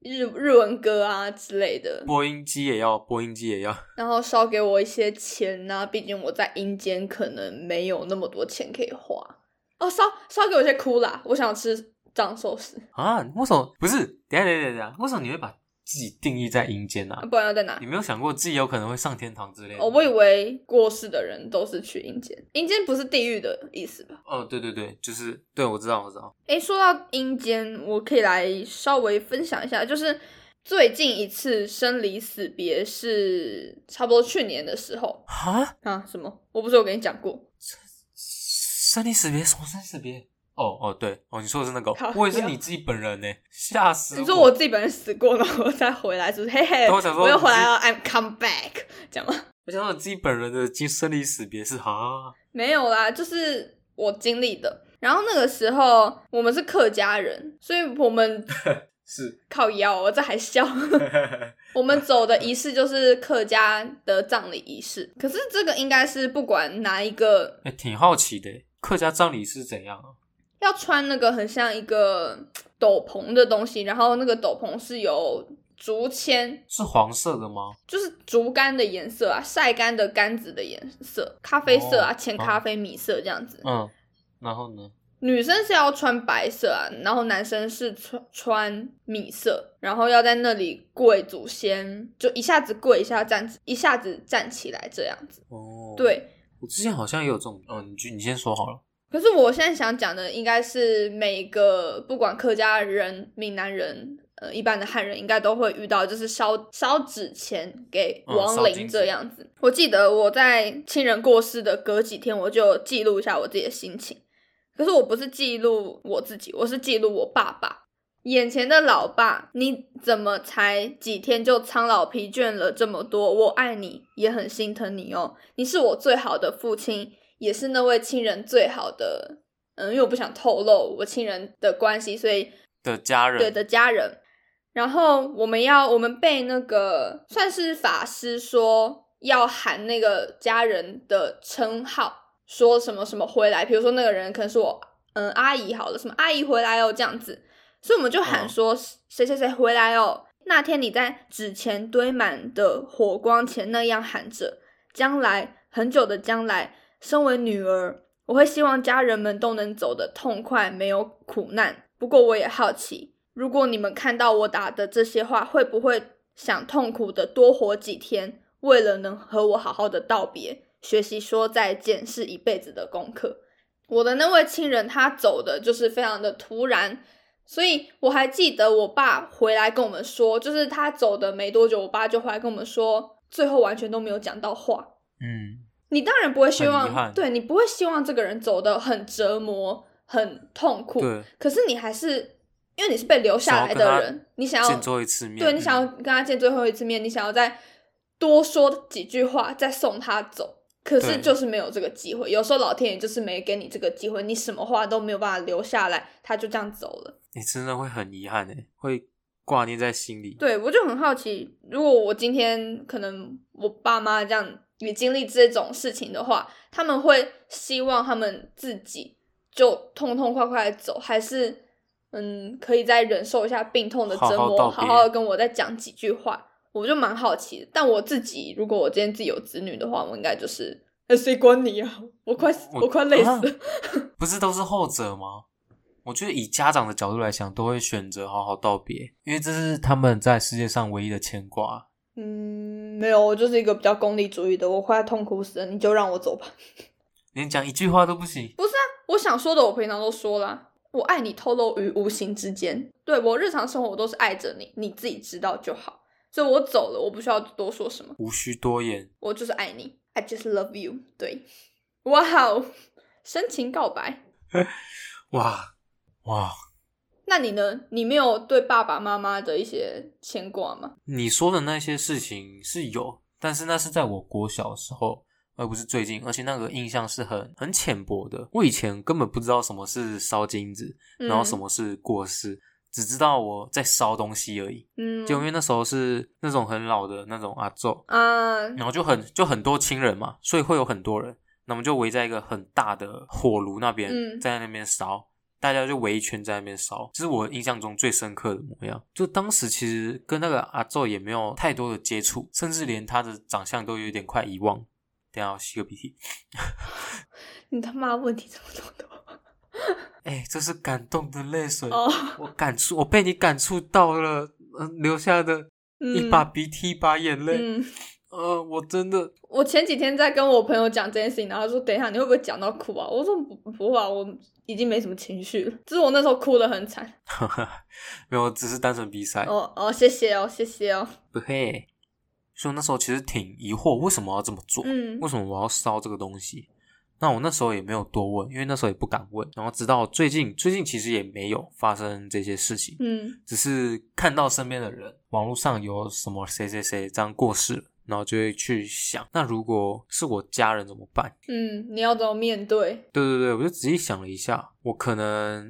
Speaker 1: 日日文歌啊之类的。
Speaker 2: 播音机也要，播音机也要。
Speaker 1: 然后烧给我一些钱呐、毕竟我在阴间可能没有那么多钱可以花。哦，烧烧给我一些哭啦，我想吃藏寿司，
Speaker 2: 啊，为什么不是？等一下等一下等一下，为什么你会把自己定义在阴 间啊？
Speaker 1: 不然要在哪
Speaker 2: 你？没有想过自己有可能会上天堂之类的？
Speaker 1: 哦，我以为过世的人都是去阴间，阴间不是地狱的意思吧？
Speaker 2: 哦，对对对，就是对，我知道我知道。
Speaker 1: 诶，说到阴间，我可以来稍微分享一下，就是最近一次生离死别是差不多去年的时候
Speaker 2: 哈，
Speaker 1: 啊？什么？我不是有跟你讲过？
Speaker 2: 生离死别什么生离死别？哦哦对哦，你说的是那个
Speaker 1: 靠，
Speaker 2: 我以为是
Speaker 1: 腰
Speaker 2: 你自己本人呢，吓死我！
Speaker 1: 你说我自己本人死过，然后我再回来，是不是？嘿嘿，
Speaker 2: 但我想说
Speaker 1: 又回来
Speaker 2: 你
Speaker 1: 了，I'm come back，讲吗？
Speaker 2: 我想到自己本人的经生离死别是哈，
Speaker 1: 没有啦，就是我经历的。然后那个时候我们是客家人，所以我们
Speaker 2: 是
Speaker 1: 靠腰，我这还笑。 我们走的仪式就是客家的葬礼仪式，可是这个应该是不管哪一个
Speaker 2: 哎，挺好奇的，客家葬礼是怎样啊？
Speaker 1: 要穿那个很像一个斗篷的东西，然后那个斗篷是由竹签，
Speaker 2: 是黄色的吗？
Speaker 1: 就是竹竿的颜色啊，晒干的杆子的颜色，咖啡色啊，
Speaker 2: 哦
Speaker 1: 浅咖啡米色这样子。
Speaker 2: 嗯，然后呢？
Speaker 1: 女生是要穿白色啊，然后男生是穿穿米色，然后要在那里跪祖先，就一下子跪一下站，一下子站起来这样子。
Speaker 2: 哦，
Speaker 1: 对，
Speaker 2: 我之前好像也有这种，嗯、你去你先说好了。
Speaker 1: 可是我现在想讲的应该是每个不管客家人、闽南人，呃，一般的汉人应该都会遇到，就是烧烧纸钱给
Speaker 2: 嗯
Speaker 1: 亡
Speaker 2: 烧
Speaker 1: 灵
Speaker 2: 金
Speaker 1: 这
Speaker 2: 纸
Speaker 1: 样子。我记得我在亲人过世的隔几天，我就记录一下我自己的心情。可是我不是记录我自己，我是记录我爸爸。眼前的老爸，你怎么才几天就苍老疲倦了这么多？我爱你，也很心疼你哦。你是我最好的父亲，也是那位亲人最好的。嗯，因为我不想透露我亲人的关系，所以
Speaker 2: 的家人，
Speaker 1: 对的家人。然后我们要，我们被那个算是法师说要喊那个家人的称号，说什么什么回来，比如说那个人可能是我嗯阿姨好了，什么阿姨回来哦这样子，所以我们就喊
Speaker 2: 嗯
Speaker 1: 说谁谁谁回来哦。那天你在纸钱堆满的火光前那样喊着，将来很久的将来，身为女儿，我会希望家人们都能走得痛快，没有苦难。不过我也好奇，如果你们看到我打的这些话，会不会想痛苦的多活几天，为了能和我好好的道别，学习说再见是一辈子的功课。我的那位亲人他走的就是非常的突然，所以我还记得我爸回来跟我们说，就是他走的没多久，我爸就回来跟我们说，最后完全都没有讲到话。
Speaker 2: 嗯，
Speaker 1: 你当然不会希
Speaker 2: 很遗憾
Speaker 1: 望，对你不会希望这个人走的很折磨、很痛苦，
Speaker 2: 对，
Speaker 1: 可是你还是因为你是被留下来
Speaker 2: 想要
Speaker 1: 的
Speaker 2: 跟他
Speaker 1: 人，你想要
Speaker 2: 见最后一次面，
Speaker 1: 对你想要
Speaker 2: 嗯
Speaker 1: 跟他见最后一次面，你想要再多说几句话，再送他走。可是
Speaker 2: 对
Speaker 1: 就是没有这个机会，有时候老天爷就是没给你这个机会，你什么话都没有办法留下来，他就这样走了。
Speaker 2: 你真的会很遗憾诶，会挂念在心里。
Speaker 1: 对我就很好奇，如果我今天可能我爸妈这样也经历这种事情的话，他们会希望他们自己就痛痛快快地走，还是嗯可以再忍受一下病痛的折磨，
Speaker 2: 好好道
Speaker 1: 好
Speaker 2: 别
Speaker 1: 的跟我再讲几句话？我就蛮好奇的，但我自己如果我今天自己有子女的话，我应该就是。哎，谁管你啊！我快死我快累死
Speaker 2: 啊
Speaker 1: 了。
Speaker 2: 不是都是后者吗？我觉得以家长的角度来想，都会选择好好道别，因为这是他们在世界上唯一的牵挂。
Speaker 1: 嗯，没有，我就是一个比较功利主义的，我快痛苦死了，你就让我走吧。
Speaker 2: 连讲一句话都不行，
Speaker 1: 我想说的，我平常都说啦。我爱你透露于无形之间，对我日常生活我都是爱着你，你自己知道就好。所以我走了，我不需要多说什么，
Speaker 2: 无需多言。
Speaker 1: 我就是爱你，I just love you。对，哇哦，深情告白。
Speaker 2: 哇哇，
Speaker 1: 那你呢？你没有对爸爸妈妈的一些牵挂吗？
Speaker 2: 你说的那些事情是有，但是那是在我国小的时候，而不是最近，而且那个印象是很很浅薄的。我以前根本不知道什么是烧金子，
Speaker 1: 嗯
Speaker 2: 然后什？么是过世，只知道我在烧东西而已。
Speaker 1: 嗯，
Speaker 2: 就因为那时候是那种很老的那种阿昼，
Speaker 1: 啊，
Speaker 2: 然后就很就很多亲人嘛，所以会有很多人，那么就围在一个很大的火炉那边，
Speaker 1: 嗯
Speaker 2: 在那边烧，大家就围一圈在那边烧，这是我印象中最深刻的模样。就当时其实跟那个阿昼也没有太多的接触，甚至连他的长相都有点快遗忘。等一下我吸个鼻涕，
Speaker 1: 你他妈问题这么多多
Speaker 2: 哎、这是感动的泪水，
Speaker 1: 哦，
Speaker 2: 我感触，我被你感触到了，呃、流下的一把鼻涕一把眼泪，
Speaker 1: 嗯嗯。嗯
Speaker 2: 呃，我真的
Speaker 1: 我前几天在跟我朋友讲这件事情，然后他说：“等一下，你会不会讲到哭啊？”我说不：“不不会啊，我已经没什么情绪了。”只是我那时候哭得很惨。
Speaker 2: 没有，只是单纯比赛。
Speaker 1: 哦哦，谢谢哦，谢谢哦。
Speaker 2: 不会。所以我那时候其实挺疑惑，为什么要这么做？
Speaker 1: 嗯
Speaker 2: 为什么我要烧这个东西？那我那时候也没有多问，因为那时候也不敢问。然后直到最近，最近其实也没有发生这些事情，
Speaker 1: 嗯
Speaker 2: 只是看到身边的人，网络上有什么谁谁谁这样过世了，然后就会去想，那如果是我家人怎么办？
Speaker 1: 嗯，你要怎么面对？
Speaker 2: 对对对，我就仔细想了一下，我可能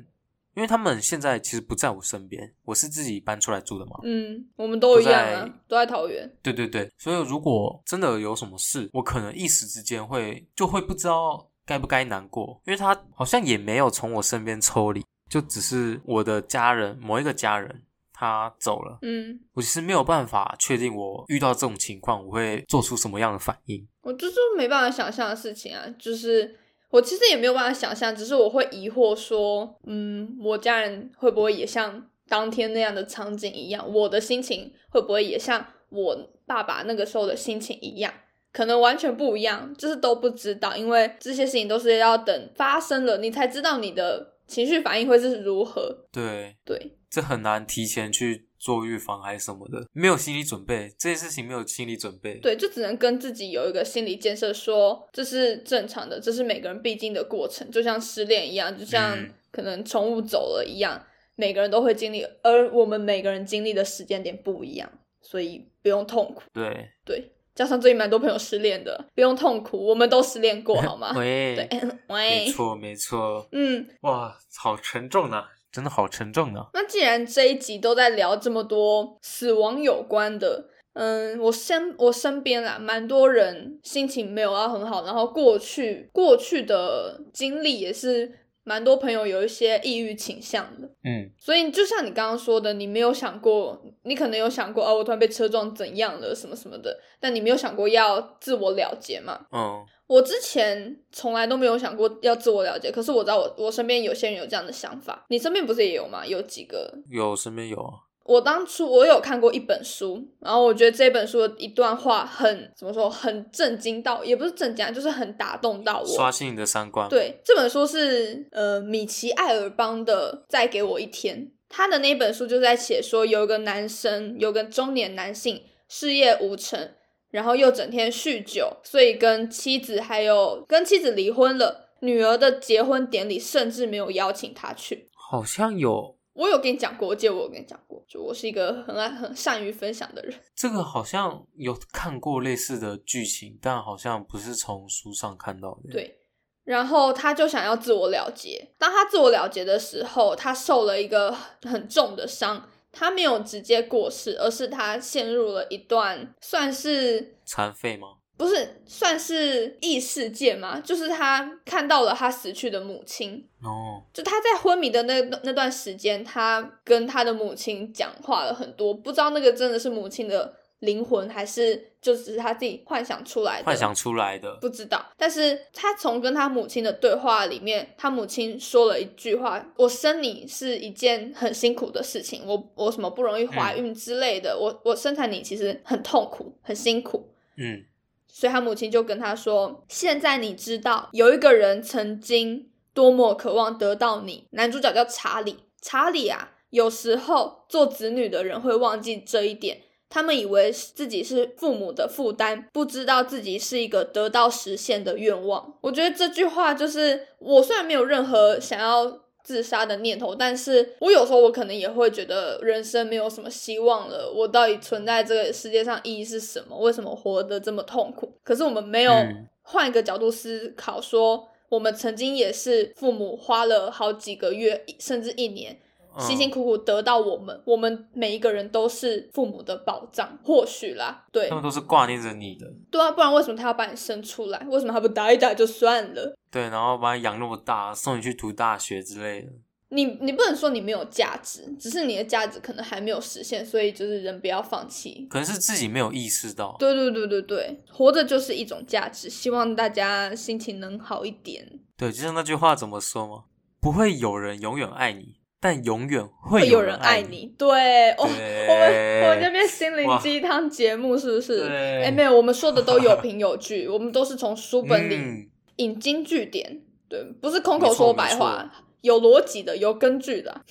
Speaker 2: 因为他们现在其实不在我身边，我是自己搬出来住的嘛，
Speaker 1: 嗯，我们都一样
Speaker 2: 都在
Speaker 1: 啊，都在桃园。
Speaker 2: 对对对，所以如果真的有什么事，我可能一时之间会就会不知道该不该难过，因为他好像也没有从我身边抽离，就只是我的家人某一个家人他走了，
Speaker 1: 嗯，
Speaker 2: 我其实没有办法确定我遇到这种情况我会做出什么样的反应。
Speaker 1: 我就是没办法想象的事情啊，就是我其实也没有办法想象，只是我会疑惑说，嗯，我家人会不会也像当天那样的场景一样？我的心情会不会也像我爸爸那个时候的心情一样？可能完全不一样，就是都不知道，因为这些事情都是要等发生了，你才知道你的情绪反应会是如何。
Speaker 2: 对，
Speaker 1: 对，
Speaker 2: 这很难提前去做预防还是什么的，没有心理准备，这件事情没有心理准备。
Speaker 1: 对，就只能跟自己有一个心理建设说，这是正常的，这是每个人必经的过程，就像失恋一样，就像
Speaker 2: 嗯
Speaker 1: 可能宠物走了一样，每个人都会经历，而我们每个人经历的时间点不一样，所以不用痛苦。
Speaker 2: 对，
Speaker 1: 对，加上最近蛮多朋友失恋的，不用痛苦，我们都失恋 过，好吗？对
Speaker 2: 喂，，没
Speaker 1: 喂，
Speaker 2: 错没错，
Speaker 1: 嗯，
Speaker 2: 哇，好沉重啊呐、真的好沉重呐、
Speaker 1: 那既然这一集都在聊这么多死亡有关的，嗯，我身我身边啦，蛮多人心情没有到很好，然后过去过去的经历也是蛮多朋友有一些抑郁倾向的。
Speaker 2: 嗯，
Speaker 1: 所以就像你刚刚说的，你没有想过，你可能有想过，哦，我突然被车撞怎样了什么什么的，但你没有想过要自我了结嘛？
Speaker 2: 嗯，
Speaker 1: 我之前从来都没有想过要自我了结，可是我知道我我身边有些人有这样的想法，你身边不是也有吗？有几个
Speaker 2: 有身边有啊，
Speaker 1: 我当初我有看过一本书，然后我觉得这本书的一段话很怎么说，很震惊到，也不是震惊啊，就是很打动到
Speaker 2: 刷
Speaker 1: 我。
Speaker 2: 新你的三观。，
Speaker 1: 对，这本书是呃米奇艾尔邦的《再给我一天》，他的那本书就在写说，有一个男生，有个中年男性，事业无成，然后又整天酗酒，所以跟妻子还有跟妻子离婚了。女儿的结婚典礼甚至没有邀请他去，
Speaker 2: 好像有
Speaker 1: 我有跟你讲过，我记得我有跟你讲过，就我是一个很爱很善于分享的人。
Speaker 2: 这个好像有看过类似的剧情，但好像不是从书上看到的。，
Speaker 1: 对，然后他就想要自我了结。当他自我了结的时候，他受了一个很重的伤，他没有直接过世，而是他陷入了一段算是
Speaker 2: 残废吗？
Speaker 1: 不是算是异世界吗？就是他看到了他死去的母亲，
Speaker 2: 哦，
Speaker 1: 就他在昏迷的那那段时间，他跟他的母亲讲话了很多，不知道那个真的是母亲的灵魂，还是就只是他自己幻想出来的。
Speaker 2: 幻想出来的
Speaker 1: 不知道，但是他从跟他母亲的对话里面，他母亲说了一句话：“我生你是一件很辛苦的事情，我我什么不容易怀孕之类的，我我生产你其实很痛苦，很辛苦。”
Speaker 2: 嗯，
Speaker 1: 所以他母亲就跟他说：“现在你知道有一个人曾经多么渴望得到你。”男主角叫查理。查理啊，有时候做子女的人会忘记这一点，他们以为自己是父母的负担，不知道自己是一个得到实现的愿望。我觉得这句话就是我虽然没有任何想要。自杀的念头，但是我有时候我可能也会觉得人生没有什么希望了。我到底存在这个世界上意义是什么？为什么活得这么痛苦？可是我们没有
Speaker 2: 嗯
Speaker 1: 换一个角度思考说，我们曾经也是父母花了好几个月甚至一年
Speaker 2: 嗯
Speaker 1: 辛辛苦苦得到我们，我们每一个人都是父母的宝藏，或许啦，对
Speaker 2: 嗯他们都是挂念着你的，
Speaker 1: 对啊，不然为什么他要把你生出来？为什么他不打一打就算了？
Speaker 2: 对，然后把你养那么大，送你去读大学之类的。
Speaker 1: 你你不能说你没有价值，只是你的价值可能还没有实现，所以就是人不要放弃。
Speaker 2: 可能是自己没有意识到。
Speaker 1: 对对对对对，活着就是一种价值，希望大家心情能好一点。
Speaker 2: 对，就像那句话怎么说吗？不会有人永远爱你，但永远会
Speaker 1: 会有
Speaker 2: 人
Speaker 1: 人
Speaker 2: 爱
Speaker 1: 爱。你。对，哦，我
Speaker 2: 对
Speaker 1: 们我们这边心灵
Speaker 2: 哇
Speaker 1: 鸡汤节目是不是？
Speaker 2: 对
Speaker 1: 哎，没有，我们说的都有凭有据，我们都是从书本里
Speaker 2: 嗯，
Speaker 1: 引经据典，对，不是空口
Speaker 2: 没错
Speaker 1: 说白话，有逻辑的，有根据的啊。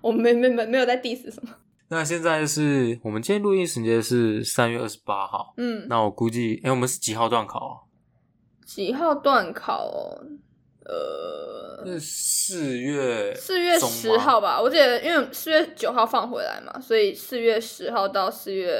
Speaker 1: 我没没没没有在 diss 什么，
Speaker 2: 那现在是我们今天录音时间是三月二十八号。
Speaker 1: 嗯，
Speaker 2: 那我估计，哎，我们是几号段考
Speaker 1: 几号段考哦？呃
Speaker 2: 啊？，是四月
Speaker 1: 四月
Speaker 2: 中吗
Speaker 1: 十号。吧，我记得，因为四月九号放回来嘛，所以四月十号到四月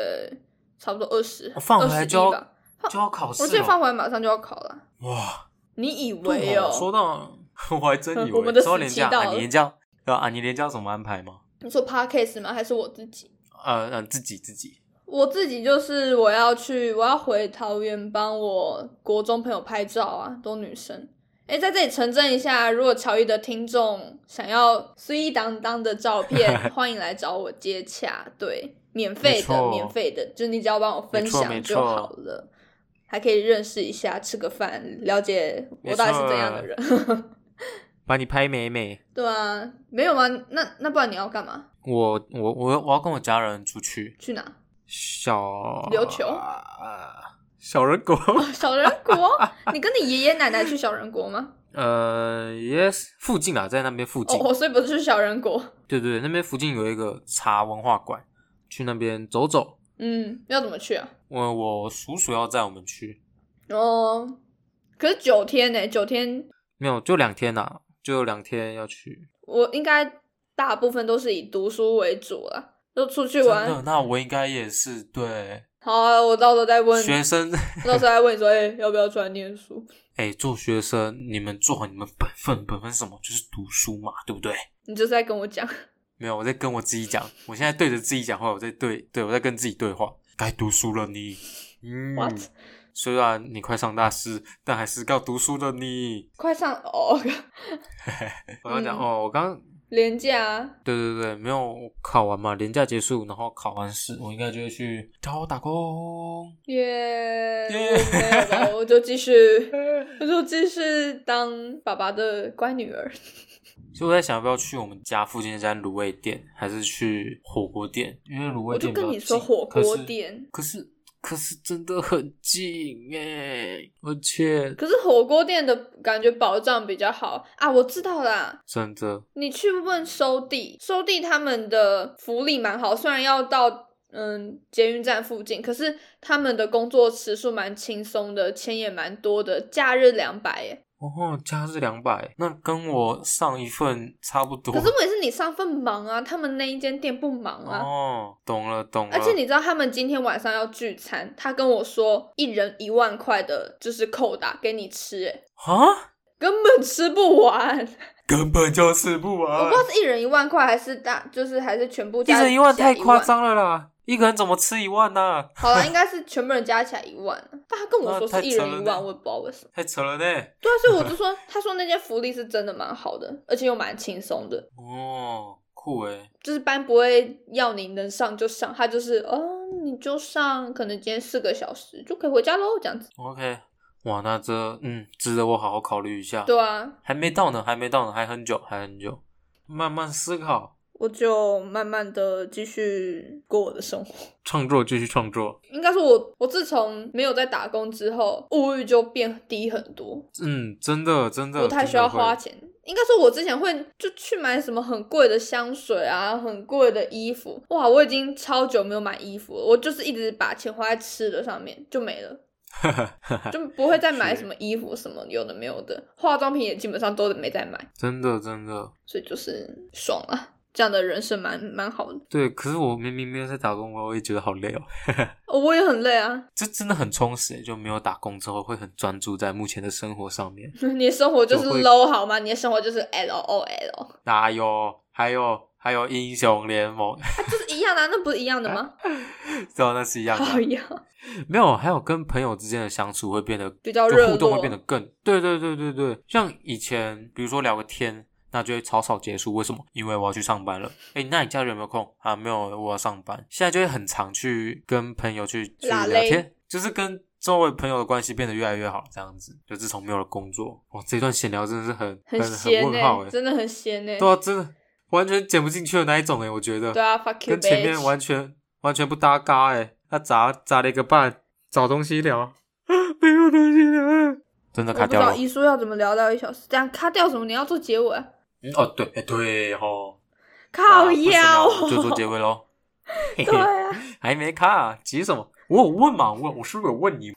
Speaker 1: 差不多二十、
Speaker 2: 哦放回
Speaker 1: 21
Speaker 2: 来就要
Speaker 1: 吧。
Speaker 2: 就要考试
Speaker 1: 我记得
Speaker 2: 了
Speaker 1: 放回来马上就要考了。
Speaker 2: 哇！
Speaker 1: 你以
Speaker 2: 对
Speaker 1: 为
Speaker 2: 哦，说
Speaker 1: 哦？
Speaker 2: 到 我还真以为
Speaker 1: 我们的
Speaker 2: 说到
Speaker 1: 时
Speaker 2: 年
Speaker 1: 期
Speaker 2: 假，
Speaker 1: 到
Speaker 2: 啊，
Speaker 1: 了
Speaker 2: 你年假对啊，你年假有什么安排吗？
Speaker 1: 你说 podcast 吗？还是我自己？
Speaker 2: 呃，呃自己自己
Speaker 1: 我自己就是我要去，我要回桃园帮我国中朋友拍照啊，都女生。哎，在这里澄真一下，如果乔伊的听众想要碎当当的照 片，欢迎来找我接洽。对，免费
Speaker 2: 没
Speaker 1: 的，
Speaker 2: 错
Speaker 1: 免费的，就你只要帮我分
Speaker 2: 没
Speaker 1: 享
Speaker 2: 错
Speaker 1: 就好了，还可以认识一下，吃个饭，了解我到底是怎样的人。
Speaker 2: 把你拍美美。
Speaker 1: 对啊，没有吗？那那不然你要干嘛？
Speaker 2: 我我我我要跟我家人出去，
Speaker 1: 去哪？
Speaker 2: 小
Speaker 1: 琉球
Speaker 2: 啊小人国，
Speaker 1: 小人国？你跟你爷爷奶奶去小人国吗？
Speaker 2: 呃，yes，附近啊，在那边附近，
Speaker 1: 哦，所以不是去小人国。
Speaker 2: 对对对，那边附近有一个茶文化馆，去那边走走。
Speaker 1: 嗯，要怎么去啊？
Speaker 2: 我我叔叔要载我们去，
Speaker 1: 哦，可是九天呢、九天
Speaker 2: 没有，就两天呐、啊，就两天要去。
Speaker 1: 我应该大部分都是以读书为主啦，就出去
Speaker 2: 真的，
Speaker 1: 玩。
Speaker 2: 那我应该也是对
Speaker 1: 好、啊，我到时候再问，
Speaker 2: 学生，
Speaker 1: 到时候再问你说，哎、要不要出来念书？
Speaker 2: 哎，做学生，你们做好你们本分，本分是什么？就是读书嘛，对不对？
Speaker 1: 你就是在跟我讲，
Speaker 2: 没有，我在跟我自己讲，我现在对着自己讲话，我在对对我在跟自己对话，该读书了你。嗯
Speaker 1: What？
Speaker 2: 虽然你快上大四，但还是要读书的你。
Speaker 1: 快上哦，
Speaker 2: 我要讲、
Speaker 1: 嗯
Speaker 2: 哦，我刚刚
Speaker 1: 廉价啊，
Speaker 2: 对对对，没有考完嘛，年假结束，然后考完试，我应该就会去找打工。
Speaker 1: 耶、
Speaker 2: 耶
Speaker 1: 我没有 了我就继续，我就继续当爸爸的乖女儿。
Speaker 2: 所以我在想，要不要去我们家附近那家卤味店，还是去火锅店？因为卤
Speaker 1: 我
Speaker 2: 味
Speaker 1: 就
Speaker 2: 店比较
Speaker 1: 跟
Speaker 2: 近
Speaker 1: 你说，火锅，店，
Speaker 2: 可是可是可是真的很近诶，而且
Speaker 1: 可是火锅店的感觉保障比较好啊。我知道啦，
Speaker 2: 真的
Speaker 1: 你去问收地，收地他们的福利蛮好，虽然要到嗯捷运站附近，可是他们的工作时数蛮轻松的，钱也蛮多的，假日两百耶。
Speaker 2: 哦，加是两百，那跟我上一份差不多。
Speaker 1: 可是问题是你上份忙啊，他们那一间店不忙啊。
Speaker 2: 哦，懂了懂了。
Speaker 1: 而且你知道他们今天晚上要聚餐，他跟我说一人一万块的，就是扣打给你吃，哎，
Speaker 2: 啊，
Speaker 1: 根本吃不完。
Speaker 2: 根本就吃不
Speaker 1: 我
Speaker 2: 完
Speaker 1: 不知，道是一人一万块还是大，就是还是全部
Speaker 2: 一
Speaker 1: 加
Speaker 2: 人一万
Speaker 1: 起来
Speaker 2: 太
Speaker 1: 一
Speaker 2: 夸。张了啦！一个人怎么吃一万呢、
Speaker 1: 好了，应该是全部人加起来一万，但他跟我
Speaker 2: 啊
Speaker 1: 说
Speaker 2: 太
Speaker 1: 是一
Speaker 2: 扯
Speaker 1: 人
Speaker 2: 了
Speaker 1: 一
Speaker 2: 呢
Speaker 1: 万，我也不知道为什么。
Speaker 2: 太扯了呢。
Speaker 1: 对啊，所以我就说，他说那间福利是真的蛮好的，而且又蛮轻松的，
Speaker 2: 哦，酷诶，
Speaker 1: 就是班不会要你能上就上，他就是哦你就上，可能今天四个小时就可以回家喽，这样子。
Speaker 2: OK，哇，那这嗯，值得我好好考虑一下。
Speaker 1: 对啊，
Speaker 2: 还没到呢，还没到呢，还很久，还很久，慢慢思考，
Speaker 1: 我就慢慢的继续过我的生活。
Speaker 2: 创作继续创作。
Speaker 1: 应该说我，我自从没有在打工之后，物欲就变低很多，
Speaker 2: 嗯，真的真的
Speaker 1: 不太需要花。钱。应该说，我之前会就去买什么很贵的香水啊，很贵的衣服。哇，我已经超久没有买衣服了，我就是一直把钱花在吃的上面，就没了，
Speaker 2: 真的会
Speaker 1: 就不会再买
Speaker 2: 是
Speaker 1: 什么衣服什么有的没有的，化妆品也基本上都没再买，
Speaker 2: 真的真的
Speaker 1: 所以就是爽啊。这样的人生蛮蛮好的、
Speaker 2: 对，可是我明明没有在打工，我也觉得好累哦。
Speaker 1: 哦，我也很累啊，
Speaker 2: 这真的很充实，欸就没有打工之后会很专注在目前的生活上面。
Speaker 1: 你的生活就
Speaker 2: 就是会
Speaker 1: low 好吗？你的生活就是 L O L，啊
Speaker 2: 哪有？还有还有英雄联盟，
Speaker 1: 就是一样的、啊，那不是一样的吗？
Speaker 2: 知道那是一样的 啊
Speaker 1: 好。一样，
Speaker 2: 没有，还有跟朋友之间的相处会变得
Speaker 1: 比较
Speaker 2: 就
Speaker 1: 热
Speaker 2: 互动会
Speaker 1: 络
Speaker 2: 变。得更对对对对对，像以前比如说聊个天，那就会草草结束，为什么？因为我要去上班了。哎，那你假日有没有空啊？没有，我要上班。现在就会很常去跟朋友去去
Speaker 1: 拉
Speaker 2: 聊
Speaker 1: 嘞
Speaker 2: 天，就是跟周围朋友的关系变得越来越好，这样子。就自从没有了工作，哇，这段闲聊真的是很很
Speaker 1: 闲
Speaker 2: 问
Speaker 1: 呢、
Speaker 2: 号哎，
Speaker 1: 欸真的很闲呢、
Speaker 2: 对啊，真的完全剪不进去的那一种哎，我觉得
Speaker 1: 对啊，fuck you
Speaker 2: 跟前面
Speaker 1: bitch
Speaker 2: 完全完全不搭嘎哎，他砸砸了一个半，找东西聊， 没有东西聊，真的
Speaker 1: 我
Speaker 2: 卡
Speaker 1: 不知
Speaker 2: 掉
Speaker 1: 道
Speaker 2: 了。
Speaker 1: 遗书要怎么聊到一小时，这样卡掉什么？你要做结尾、啊？
Speaker 2: 嗯哦，对，哎对哦，
Speaker 1: 靠
Speaker 2: 呀，
Speaker 1: 腰、啊
Speaker 2: 不行了我们就做结尾 喽。嘿嘿
Speaker 1: 对 啊，
Speaker 2: 还没卡，急什么？我有问嘛？我我是不是有问你？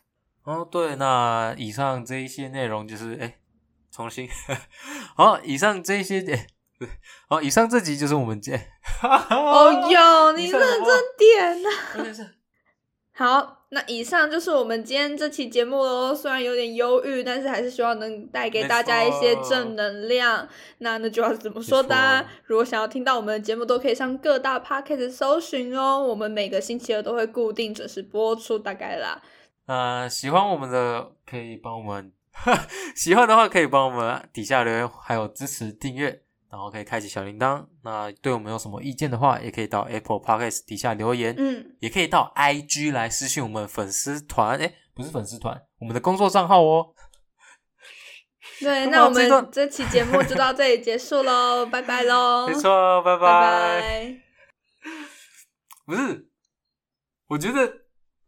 Speaker 2: 哦，对，那以上这一些内容就是，哎，重新， 好，以上这一些，哎， 对，好，以上这集就是我们这，
Speaker 1: 哦
Speaker 2: 哦，
Speaker 1: 哟，你
Speaker 2: 你
Speaker 1: 认
Speaker 2: 算什么
Speaker 1: 真点呐、
Speaker 2: 真的是
Speaker 1: 好，那以上就是我们今天这期节目喽。虽然有点忧郁，但是还是希望能带给大家一些正能量。那那句话是怎么说的啊、
Speaker 2: 没错
Speaker 1: 如果想要听到我们的节目，都可以上各大 podcast 搜寻哦。我们每个星期二都会固定准时播出，大概啦。
Speaker 2: 那喜欢我们的可以帮我们， 喜欢的话可以帮我们底下留言，还有支持订阅，然后可以开启小铃铛。那对我们有什么意见的话，也可以到 Apple Podcast 底下留言，
Speaker 1: 嗯，
Speaker 2: 也可以到 IG 来私信我们粉丝团，哎，不是粉丝团，我们的工作账号哦。
Speaker 1: 对，
Speaker 2: 干嘛
Speaker 1: 那我
Speaker 2: 这
Speaker 1: 们
Speaker 2: 段
Speaker 1: 这期节目就到这里结束喽，拜拜喽，
Speaker 2: 没哦错，拜
Speaker 1: 拜拜。
Speaker 2: 不是，我觉得